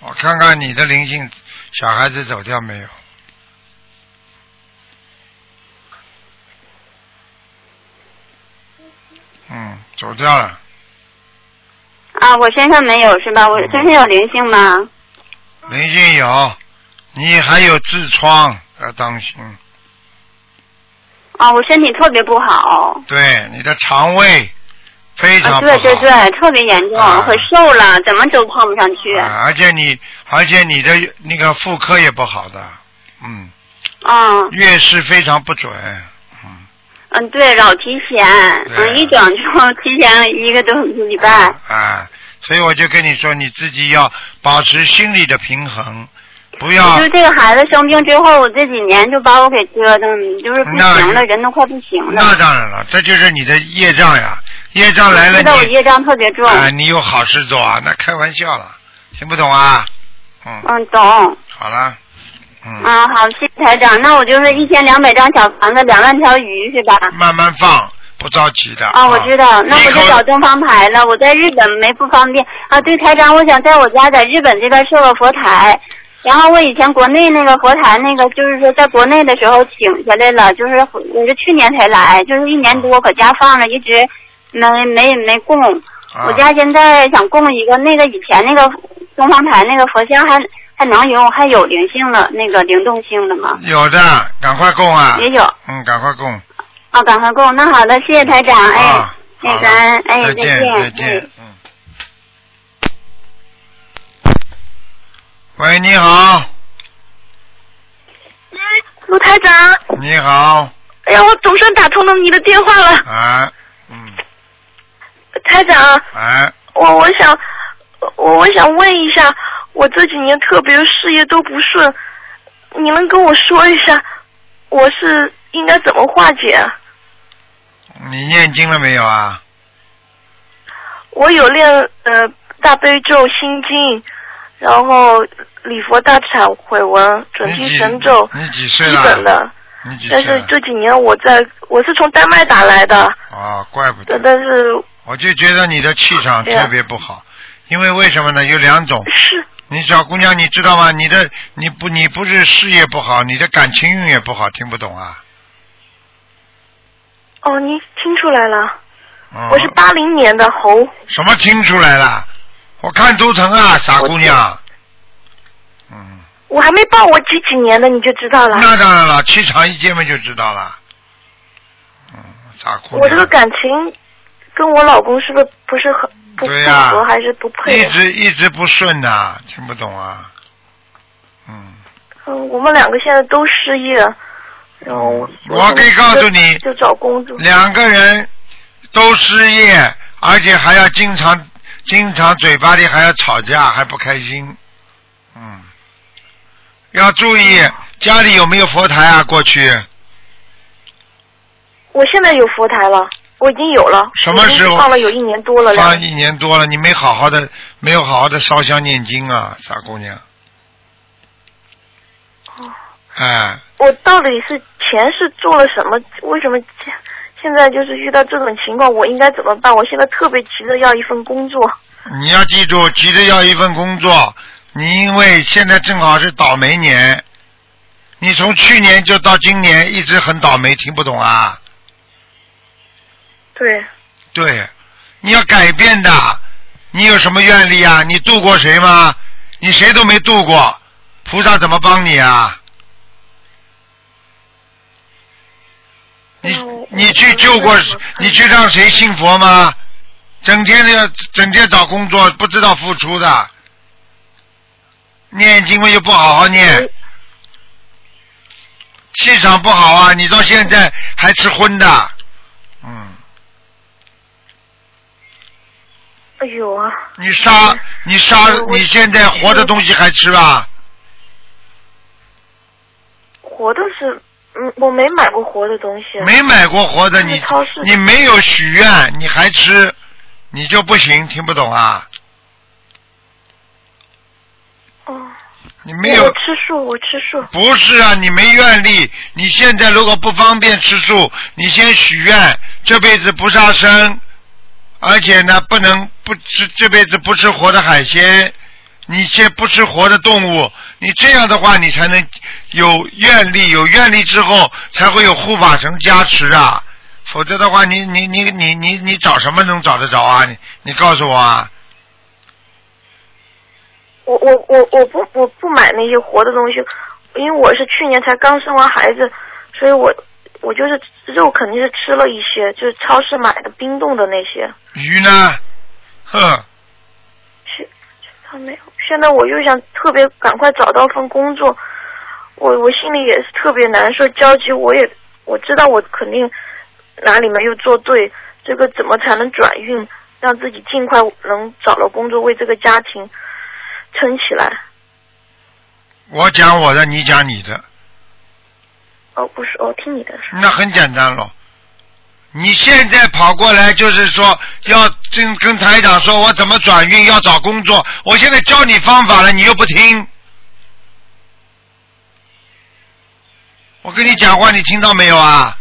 [SPEAKER 1] 我看看你的灵性小孩子走掉没有？嗯，走掉了。
[SPEAKER 6] 啊，我身上没有是吧？我身上有灵性吗？
[SPEAKER 1] 灵性有，你还有痔疮，要当心。
[SPEAKER 6] 啊，我身体特别不好，
[SPEAKER 1] 对，你的肠胃非常
[SPEAKER 6] 啊，
[SPEAKER 1] 不好。
[SPEAKER 6] 对对对，特别严重，
[SPEAKER 1] 啊
[SPEAKER 6] 很瘦了，怎么都胖不上去。
[SPEAKER 1] 啊而且你，而且你的那个妇科也不好的，嗯，
[SPEAKER 6] 嗯
[SPEAKER 1] 月事非常不准，嗯，
[SPEAKER 6] 嗯，对，老提前，
[SPEAKER 1] 对
[SPEAKER 6] 嗯，一整就提前一个多礼拜。
[SPEAKER 1] 啊，所以我就跟你说，你自己要保持心理的平衡，不要
[SPEAKER 6] 就是这个孩子生病之后，我这几年就把我给折腾，就是不
[SPEAKER 1] 那
[SPEAKER 6] 行了，人都快不行了。
[SPEAKER 1] 那当然了，这就是你的业障呀，业障来了
[SPEAKER 6] 我知道我
[SPEAKER 1] 你
[SPEAKER 6] 业障特别重。
[SPEAKER 1] 啊，你有好事做啊，那开玩笑了，听不懂啊？嗯，
[SPEAKER 6] 嗯，懂。
[SPEAKER 1] 好了，嗯，
[SPEAKER 6] 嗯，好，谢谢台长。那我就是一千两百张小房子，两万条鱼是吧？
[SPEAKER 1] 慢慢放，不着急的。
[SPEAKER 6] 啊，我知道，那我就找东方台了。我在日本没不方便啊。对，台长，我想在我家在日本这边设个佛台。然后我以前国内那个佛台那个，就是说在国内的时候请下来了，就是我是去年才来，就是一年多搁家放着，一直没没没供。
[SPEAKER 1] 啊
[SPEAKER 6] 我家现在想供一个那个以前那个东方台那个佛像还还能用，还有灵性了，那个灵动性了吗？
[SPEAKER 1] 有的，赶快供啊！
[SPEAKER 6] 也有
[SPEAKER 1] 嗯，赶快供。
[SPEAKER 6] 哦，赶快供。那好的，谢谢台长，哎
[SPEAKER 1] 啊，，
[SPEAKER 6] 那
[SPEAKER 1] 好
[SPEAKER 6] 个，
[SPEAKER 1] 了
[SPEAKER 6] 哎，
[SPEAKER 1] 再见，再
[SPEAKER 6] 哎
[SPEAKER 1] 见，嗯。喂，你好，
[SPEAKER 7] 卢台长，
[SPEAKER 1] 你好，
[SPEAKER 7] 哎呀，我总算打通了你的电话了，
[SPEAKER 1] 啊，嗯，
[SPEAKER 7] 台长，
[SPEAKER 1] 哎，
[SPEAKER 7] 我我想，我我想问一下，我这几年特别事业都不顺，你能跟我说一下，我是应该怎么化解啊？
[SPEAKER 1] 你念经了没有啊？
[SPEAKER 7] 我有练呃大悲咒、心经，然后礼佛大忏悔文、准
[SPEAKER 1] 你
[SPEAKER 7] 提
[SPEAKER 1] 几
[SPEAKER 7] 神咒，
[SPEAKER 1] 你几
[SPEAKER 7] 基
[SPEAKER 1] 岁嗯了？
[SPEAKER 7] 本的。
[SPEAKER 1] 你几
[SPEAKER 7] 但
[SPEAKER 1] 岁
[SPEAKER 7] 是
[SPEAKER 1] 了？
[SPEAKER 7] 这几年我在，我是从丹麦打来的，
[SPEAKER 1] 哦，怪不
[SPEAKER 7] 但
[SPEAKER 1] 得，
[SPEAKER 7] 但是
[SPEAKER 1] 我就觉得你的气场
[SPEAKER 7] 对啊
[SPEAKER 1] 特别不好，因为为什么呢？有两种，
[SPEAKER 7] 是
[SPEAKER 1] 你小姑娘，你知道吗？你的你不你不是事业不好，你的感情运也不好，听不懂啊？
[SPEAKER 7] 哦，您听出来了，
[SPEAKER 1] 嗯、
[SPEAKER 7] 我是八零年的猴，
[SPEAKER 1] 什么听出来了？我看图腾啊，傻姑娘。嗯，
[SPEAKER 7] 我还没报我几几年的你就知道了。
[SPEAKER 1] 那当然了，气场一见面就知道了。嗯，傻姑娘。
[SPEAKER 7] 我这个感情跟我老公是不是不是很不
[SPEAKER 1] 对
[SPEAKER 7] 符
[SPEAKER 1] 呀
[SPEAKER 7] 合，还是不配
[SPEAKER 1] 一
[SPEAKER 7] 啊？
[SPEAKER 1] 直一直不顺呐、听不懂啊。
[SPEAKER 7] 哦
[SPEAKER 1] 嗯，
[SPEAKER 7] 嗯，我们两个现在都失业，然后我
[SPEAKER 1] 嗯我可以告诉你
[SPEAKER 7] 就就找工作。
[SPEAKER 1] 两个人都失业，而且还要经常经常嘴巴里还要吵架，还不开心。嗯，要注意
[SPEAKER 7] 嗯
[SPEAKER 1] 家里有没有佛台啊？过去
[SPEAKER 7] 我现在有佛台了，我已经有了，
[SPEAKER 1] 什么
[SPEAKER 7] 我已经
[SPEAKER 1] 时候
[SPEAKER 7] 放了有一年多了？
[SPEAKER 1] 放
[SPEAKER 7] 两
[SPEAKER 1] 一年多了，你没好好的没有好好的烧香念经啊，傻姑娘。哎，
[SPEAKER 7] 我到底是前世做了什么？为什么现现在就是遇到这种情况，我应该怎么办？我现在特别急着要一份工作。
[SPEAKER 1] 你要记住，急着要一份工作，你因为现在正好是倒霉年，你从去年就到今年一直很倒霉，听不懂啊？
[SPEAKER 7] 对，
[SPEAKER 1] 对，你要改变的。你有什么愿力啊？你度过谁吗？你谁都没度过，菩萨怎么帮你啊？你
[SPEAKER 7] 嗯
[SPEAKER 1] 你去救过
[SPEAKER 7] 我知道，
[SPEAKER 1] 你去让谁信佛吗？整天的要整天找工作，不知道付出的，念经嘛又不好好念
[SPEAKER 7] 嗯，
[SPEAKER 1] 气场不好啊！你到现在还吃荤的，嗯。
[SPEAKER 7] 哎呦啊，
[SPEAKER 1] 你杀你杀
[SPEAKER 7] 我我
[SPEAKER 1] 你现在活的东西还吃啊？
[SPEAKER 7] 活的是，嗯，我没买过活的东西。
[SPEAKER 1] 没买过活的
[SPEAKER 7] 那个
[SPEAKER 1] 你
[SPEAKER 7] 超市
[SPEAKER 1] 你没有许愿你还吃，你就不行，听不懂啊？
[SPEAKER 7] 哦，
[SPEAKER 1] 你没有
[SPEAKER 7] 我吃素，我吃素。
[SPEAKER 1] 不是啊？你没愿力，你现在如果不方便吃素，你先许愿这辈子不杀生，而且呢不能不吃这辈子不吃活的海鲜，你先不吃活的动物，你这样的话你才能有愿力，有愿力之后才会有护法神加持啊，否则的话你你你你你你找什么能找得着啊？你你告诉我啊，
[SPEAKER 7] 我我我我不我不买那些活的东西，因为我是去年才刚生完孩子，所以我我就是肉肯定是吃了一些，就是超市买的冰冻的那些。
[SPEAKER 1] 鱼呢？哼，
[SPEAKER 7] 现他没有。现在我又想特别赶快找到份工作，我我心里也是特别难受焦急。我也我知道我肯定哪里没有做对，这个怎么才能转运，让自己尽快能找到工作，为这个家庭撑起来？
[SPEAKER 1] 我讲我的，你讲你的。
[SPEAKER 7] 哦，不是，哦，听你的说。
[SPEAKER 1] 那很简单喽。你现在跑过来就是说要跟跟台长说，我怎么转运，要找工作。我现在教你方法了，你又不听。我跟你讲话，你听到没有啊？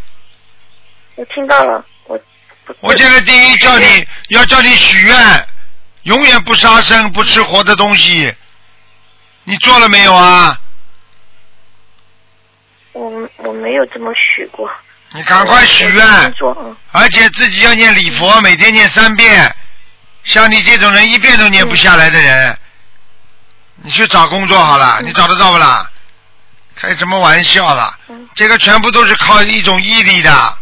[SPEAKER 7] 我听到了，我不
[SPEAKER 1] 我现在第一叫你要叫你许愿，永远不杀生，不吃活的东西。你做了没有啊？
[SPEAKER 7] 我我没有这么许过。
[SPEAKER 1] 你赶快许愿。
[SPEAKER 7] 我工作，嗯
[SPEAKER 1] 而且自己要念礼佛，每天念三遍。像你这种人，一遍都念不下来的人，你去找工作好了，你找得到不啦？开什么玩笑啦
[SPEAKER 7] 嗯？
[SPEAKER 1] 这个全部都是靠一种毅力的，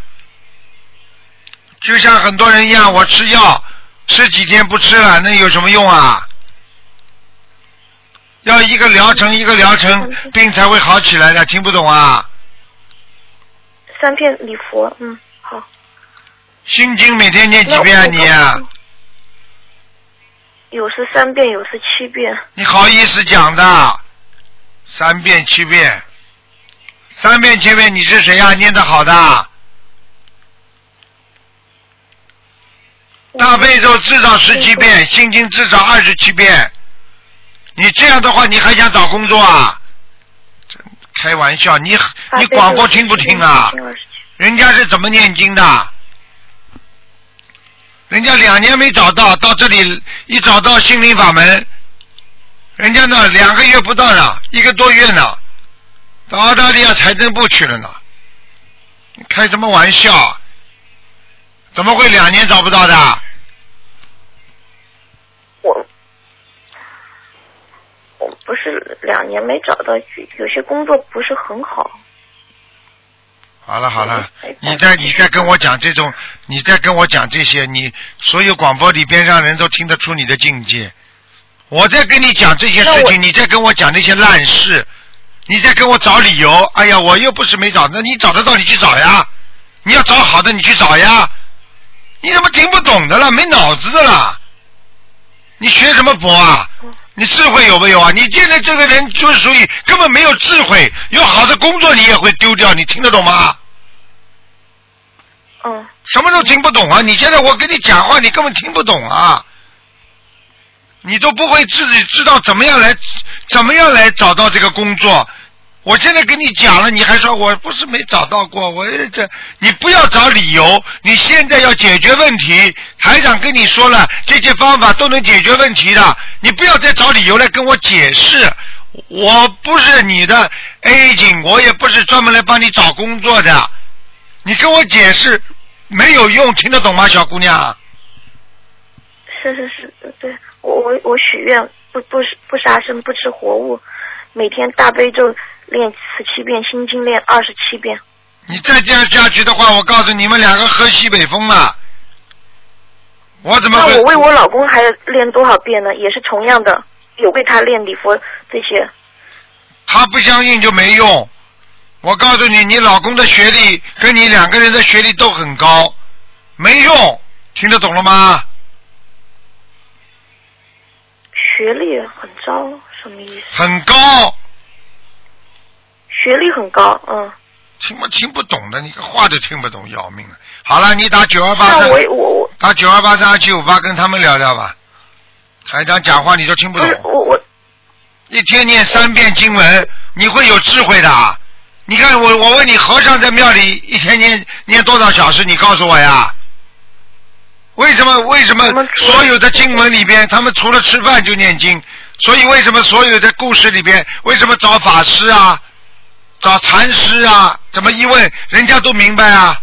[SPEAKER 1] 就像很多人一样，我吃药吃几天不吃了，那有什么用啊？要一个疗程一个疗程，病才会好起来的，听不懂啊？
[SPEAKER 7] 三片礼佛，嗯，好，
[SPEAKER 1] 心经每天 念几遍啊
[SPEAKER 7] 那
[SPEAKER 1] 你啊？
[SPEAKER 7] 有时三遍，有时七遍，
[SPEAKER 1] 你好意思讲的？三遍七遍，三遍七遍，你是谁呀、念的好的，
[SPEAKER 7] 嗯
[SPEAKER 1] 大悲咒至少十七遍，心经至少二十七遍。你这样的话，你还想找工作啊？真开玩笑，你
[SPEAKER 7] 大
[SPEAKER 1] 你
[SPEAKER 7] 悲咒
[SPEAKER 1] 广播听不听啊？
[SPEAKER 7] 17遍
[SPEAKER 1] 人家是怎么念经的？人家两年没找到，到这里一找到心灵法门，人家呢两个月不到呢，一个多月呢，到澳大利亚财政部去了呢。你开什么玩笑啊？怎么会两年找不到的？
[SPEAKER 7] 我我不是两年没找到，有有些工作不是很好。
[SPEAKER 1] 好了好了，你再你再跟我讲这种，你再跟我讲这些，你所有广播里边让人都听得出你的境界。我在跟你讲这些事情，你再跟我讲那些烂事，你再跟我找理由。哎呀，我又不是没找，那你找得到你去找呀，你要找好的你去找呀。你怎么听不懂的了？没脑子的了？你学什么博啊？你智慧有没有啊？你现在这个人就是属于根本没有智慧，有好的工作你也会丢掉，你听得懂吗？
[SPEAKER 7] 嗯，
[SPEAKER 1] 什么都听不懂啊！你现在我跟你讲话，你根本听不懂啊！你都不会自己知道怎么样来，怎么样来找到这个工作。我现在跟你讲了，你还说我不是没找到过，我也这你不要找理由，你现在要解决问题。台长跟你说了，这些方法都能解决问题的，你不要再找理由来跟我解释。我不是你的 A 警，我也不是专门来帮你找工作的。你跟我解释没有用，听得懂吗，小姑娘？
[SPEAKER 7] 是是是，对我我我许愿不不不杀生不吃活物，每天大悲咒练十七遍，心经练二十七遍。
[SPEAKER 1] 你再这样下去的话，我告诉你们两个喝西北风了。我怎么
[SPEAKER 7] 那
[SPEAKER 1] 会
[SPEAKER 7] 我？为我老公还练多少遍呢？也是同样的，有为他练礼佛这些。
[SPEAKER 1] 他不相信就没用。我告诉你，你老公的学历跟你两个人的学历都很高，没用。听得懂了吗？
[SPEAKER 7] 学历很糟，什么意思？
[SPEAKER 1] 很高，
[SPEAKER 7] 学历很高，嗯。
[SPEAKER 1] 听不听不懂的，你个话都听不懂，要命了。好了，你打九二八
[SPEAKER 7] 那
[SPEAKER 1] 三，
[SPEAKER 7] 我我我
[SPEAKER 1] 打九二八三二七五八跟他们聊聊吧。台长讲话你都听不
[SPEAKER 7] 不是
[SPEAKER 1] 懂。
[SPEAKER 7] 我我
[SPEAKER 1] 一天念三遍经文，你会有智慧的啊。你看我，我问你，和尚在庙里一天念念多少小时？你告诉我呀。为什么？为什么
[SPEAKER 7] 他们除了
[SPEAKER 1] 所有的经文里边，他们除了吃饭就念经？所以为什么所有的故事里边，为什么找法师啊，找禅师啊？怎么一问，人家都明白啊？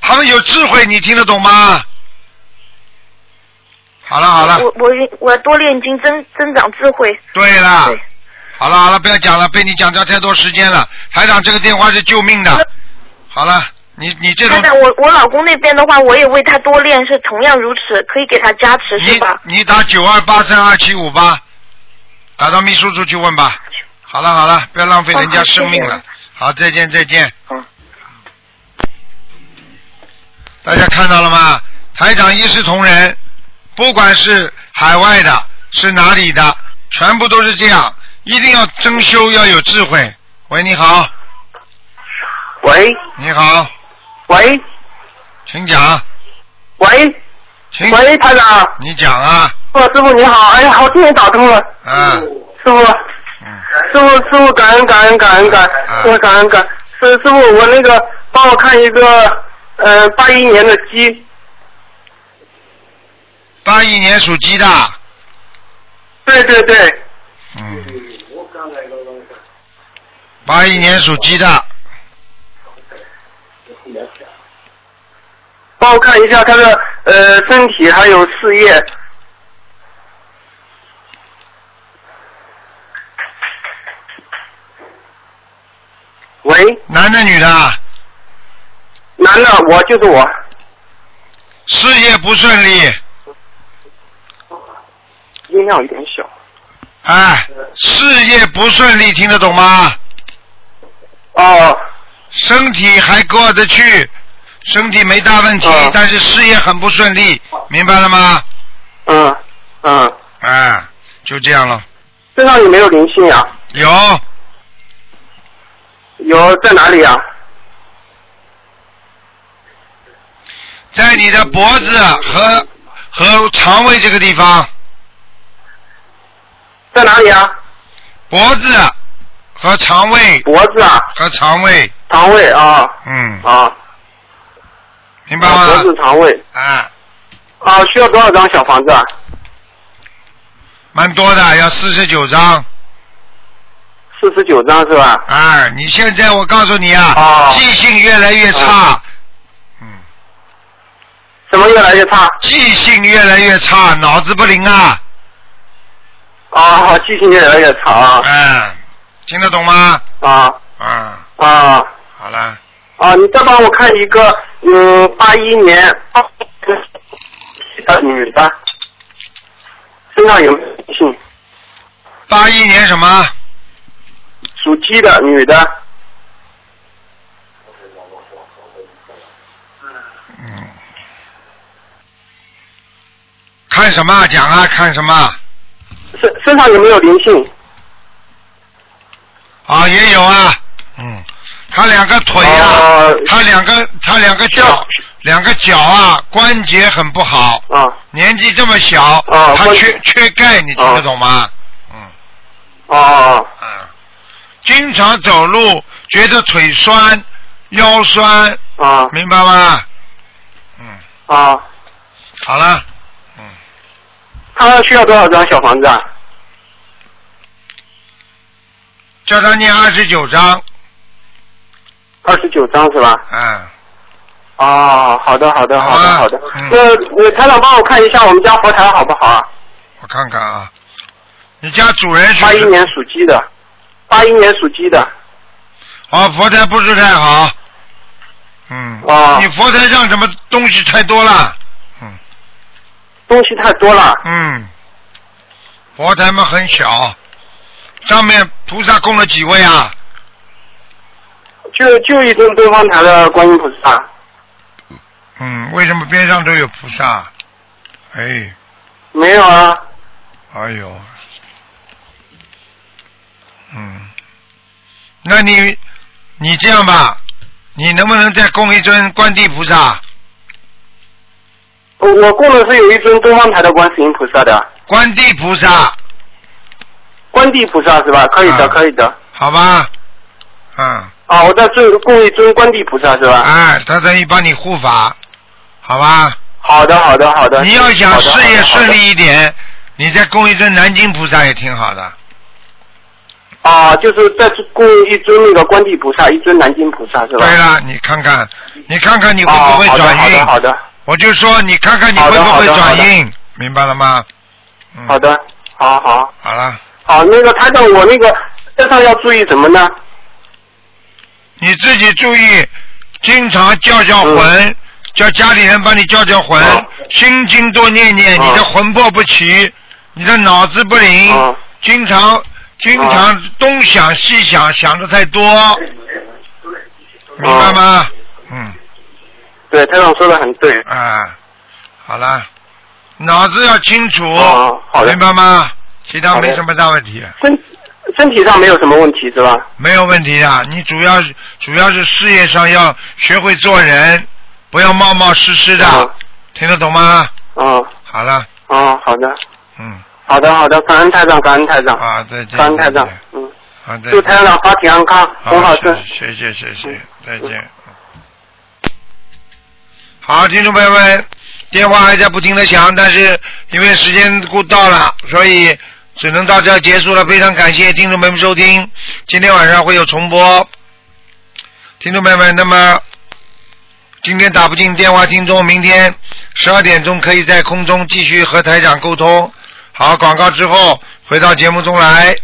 [SPEAKER 1] 他们有智慧，你听得懂吗？好了好了，
[SPEAKER 7] 我我我要多练经，增增长智慧。
[SPEAKER 1] 对了。
[SPEAKER 7] 对，
[SPEAKER 1] 好了好了，不要讲了，被你讲掉太多时间了。台长，这个电话是救命的。好了，你你这种
[SPEAKER 7] 但但我我老公那边的话，我也为他多练，是同样如此，可以给他加持，是吧？
[SPEAKER 1] 你你打九二八三二七五八，打到秘书处去问吧。好了好了，不要浪费
[SPEAKER 7] 哦
[SPEAKER 1] 人家生命了。好，再见再见。
[SPEAKER 7] 嗯
[SPEAKER 1] 大家看到了吗？台长一视同仁，不管是海外的，是哪里的，全部都是这样，一定要增修，要有智慧。喂，你好，
[SPEAKER 3] 喂
[SPEAKER 1] 你好，
[SPEAKER 3] 喂
[SPEAKER 1] 请讲，
[SPEAKER 3] 喂
[SPEAKER 1] 请
[SPEAKER 3] 喂，台长，
[SPEAKER 1] 你讲啊，
[SPEAKER 3] 哦，师傅你好，哎呀，我终于打通了，
[SPEAKER 1] 啊，
[SPEAKER 3] 师傅，
[SPEAKER 1] 嗯，
[SPEAKER 3] 师傅师傅感恩感恩感恩感
[SPEAKER 1] 啊
[SPEAKER 3] 恩，师傅感恩感恩，师师傅我那个帮我看一个，呃，八一年的鸡，
[SPEAKER 1] 八一年属鸡的，
[SPEAKER 3] 对对对，
[SPEAKER 1] 嗯，八一年属鸡的，
[SPEAKER 3] 帮我看一下他的呃身体还有事业，喂，
[SPEAKER 1] 男的女的啊？
[SPEAKER 3] 男的，我就是我，
[SPEAKER 1] 事业不顺利，
[SPEAKER 8] 音量有点小，
[SPEAKER 1] 哎，事业不顺利，听得懂吗？
[SPEAKER 8] 哦，
[SPEAKER 1] 身体还过得去，身体没大问题，
[SPEAKER 8] 嗯
[SPEAKER 1] 但是事业很不顺利，明白了吗？
[SPEAKER 8] 嗯嗯，
[SPEAKER 1] 哎，就这样了。
[SPEAKER 8] 身上有没有灵性呀、
[SPEAKER 1] 有
[SPEAKER 8] 有在哪里啊呀、
[SPEAKER 1] 在你的脖子和和肠胃这个地方，
[SPEAKER 8] 在哪里啊呀、
[SPEAKER 1] 脖子和肠胃
[SPEAKER 8] 脖子啊，
[SPEAKER 1] 和肠胃，
[SPEAKER 8] 肠胃啊
[SPEAKER 1] 嗯，
[SPEAKER 8] 啊，
[SPEAKER 1] 明白
[SPEAKER 8] 脖
[SPEAKER 1] 吗
[SPEAKER 8] 子、？肠胃
[SPEAKER 1] 啊，
[SPEAKER 8] 啊，需要多少张小房子啊？
[SPEAKER 1] 蛮多的，要四十九张。
[SPEAKER 8] 四十九张是吧？
[SPEAKER 1] 啊，你现在我告诉你啊，
[SPEAKER 8] 哦
[SPEAKER 1] 记性越来越差，
[SPEAKER 8] 啊
[SPEAKER 1] 嗯，
[SPEAKER 8] 什么越来越差？
[SPEAKER 1] 记性越来越差，脑子不灵啊，
[SPEAKER 8] 啊，记性越来越差啊
[SPEAKER 1] 嗯，听得懂吗？
[SPEAKER 8] 啊
[SPEAKER 1] 啊，
[SPEAKER 8] 啊
[SPEAKER 1] 好了，
[SPEAKER 8] 啊！你再帮我看一个，嗯，八一年的女的，身上有没有灵性？
[SPEAKER 1] 八一年什么？
[SPEAKER 8] 属鸡的女的，
[SPEAKER 1] 嗯，看什么啊讲啊？看什么啊？
[SPEAKER 8] 身身上有没有灵性？
[SPEAKER 1] 啊，也有啊，嗯，他两个腿啊，
[SPEAKER 8] 啊
[SPEAKER 1] 他两个他两个脚
[SPEAKER 8] 叫，
[SPEAKER 1] 两个脚啊关节很不好，
[SPEAKER 8] 啊
[SPEAKER 1] 年纪这么小，
[SPEAKER 8] 啊
[SPEAKER 1] 他
[SPEAKER 8] 关啊
[SPEAKER 1] 缺缺钙，你听得懂吗？嗯
[SPEAKER 8] 哦哦
[SPEAKER 1] 嗯，经常走路觉得腿酸、腰酸，
[SPEAKER 8] 哦
[SPEAKER 1] 明白吗？嗯，
[SPEAKER 8] 啊啊！
[SPEAKER 1] 好了，嗯，
[SPEAKER 8] 她需要多少张小房子啊？
[SPEAKER 1] 叫他念二十九章，
[SPEAKER 8] 二十九张是吧？
[SPEAKER 1] 嗯，
[SPEAKER 8] 哦，好的，好的，好的，
[SPEAKER 1] 啊
[SPEAKER 8] 好的。
[SPEAKER 1] 嗯
[SPEAKER 8] 那那台长帮我看一下我们家佛台好不好啊？
[SPEAKER 1] 我看看啊，你家主人是
[SPEAKER 8] 八一年属鸡的，八一年属鸡的，
[SPEAKER 1] 哦，佛台不是太好。嗯。
[SPEAKER 8] 哦
[SPEAKER 1] 你佛台上什么东西太多了？嗯
[SPEAKER 8] 东西太多了。
[SPEAKER 1] 嗯。佛台嘛很小，上面菩萨供了几位啊？
[SPEAKER 8] 就就一尊东方台的观音菩萨，
[SPEAKER 1] 嗯，为什么边上都有菩萨？哎，
[SPEAKER 8] 没有啊。
[SPEAKER 1] 哎呦。嗯。那你，你这样吧，你能不能再供一尊观地菩萨？
[SPEAKER 8] 我我供的是有一尊东方台的观世音菩萨的，
[SPEAKER 1] 观地菩萨，
[SPEAKER 8] 观地菩萨是吧？可以的，
[SPEAKER 1] 啊
[SPEAKER 8] 可以的。
[SPEAKER 1] 好吧？嗯。
[SPEAKER 8] 啊，我在这供一尊观地菩萨是吧？
[SPEAKER 1] 哎，他等于帮你护法，好吧？
[SPEAKER 8] 好的，好的，好的。
[SPEAKER 1] 你要想
[SPEAKER 8] 好的
[SPEAKER 1] 事业顺。
[SPEAKER 8] 好的好的
[SPEAKER 1] 利一点，你再供一尊南京菩萨也挺好的。
[SPEAKER 8] 啊，就是再供一尊那个观地菩萨，一尊南京菩萨是吧？
[SPEAKER 1] 对了，你看看，你看看你会
[SPEAKER 8] 哦，
[SPEAKER 1] 不会转运？
[SPEAKER 8] 好的，
[SPEAKER 1] 我就说你看看你会
[SPEAKER 8] 好的
[SPEAKER 1] 不会
[SPEAKER 8] 好的
[SPEAKER 1] 转运，明白了吗？嗯，
[SPEAKER 8] 好的，好的，好的，好好
[SPEAKER 1] 好了，
[SPEAKER 8] 好。那个台长，我那个身上要注意什么呢？
[SPEAKER 1] 你自己注意，经常叫叫魂，叫家里人帮你叫叫魂，
[SPEAKER 8] 嗯哦
[SPEAKER 1] 心经多念念，
[SPEAKER 8] 哦
[SPEAKER 1] 你的魂魄不齐，你的脑子不灵，
[SPEAKER 8] 哦
[SPEAKER 1] 经常经常东想西想，想的太多，明白
[SPEAKER 8] 哦
[SPEAKER 1] 吗？嗯
[SPEAKER 8] 对，台长说的很对。
[SPEAKER 1] 啊，好了，脑子要清楚，
[SPEAKER 8] 哦好的
[SPEAKER 1] 明白吗？其他
[SPEAKER 8] 好的
[SPEAKER 1] 没什么大问题，啊
[SPEAKER 8] 身身体上没有什么问题是吧？
[SPEAKER 1] 没有问题的。你主要主要是事业上要学会做人，不要冒冒失失的，
[SPEAKER 8] 嗯
[SPEAKER 1] 听得懂吗？
[SPEAKER 8] 嗯，
[SPEAKER 1] 好了，
[SPEAKER 8] 哦，好的，
[SPEAKER 1] 嗯，
[SPEAKER 8] 好的，好的，感恩台长，感恩台长，
[SPEAKER 1] 啊，再见，
[SPEAKER 8] 感恩台
[SPEAKER 1] 再
[SPEAKER 8] 长
[SPEAKER 1] 见，
[SPEAKER 8] 嗯，
[SPEAKER 1] 好，再
[SPEAKER 8] 祝台
[SPEAKER 1] 见，
[SPEAKER 8] 长法体安康，
[SPEAKER 1] 好
[SPEAKER 8] 很好生。
[SPEAKER 1] 啊谢谢谢谢谢
[SPEAKER 8] 嗯，
[SPEAKER 1] 再见。好，听众朋友们，电话还在不停的响，但是因为时间过到了，所以只能到这儿结束了。非常感谢听众朋友们收听，今天晚上会有重播。听众朋友们，那么今天打不进电话听众，明天十二点钟可以在空中继续和台长沟通。好，广告之后回到节目中来。